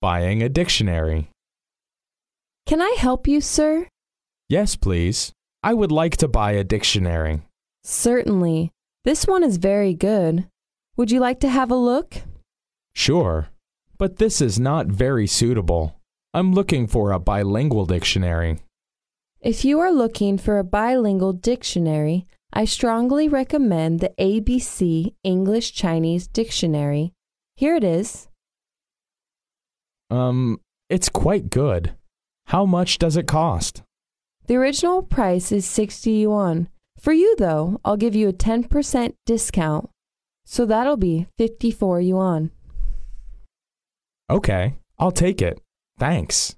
buying a dictionary. Can I help you, sir? Yes, please. I would like to buy a dictionary. Certainly. This one is very good. Would you like to have a look? Sure, but this is not very suitable. I'm looking for a bilingual dictionary. If you are looking for a bilingual dictionary, I strongly recommend the ABC English Chinese Dictionary. Here it is. Um, it's quite good. How much does it cost? The original price is 60 yuan. For you, though, I'll give you a 10% discount. So that'll be 54 yuan. Okay, I'll take it. Thanks.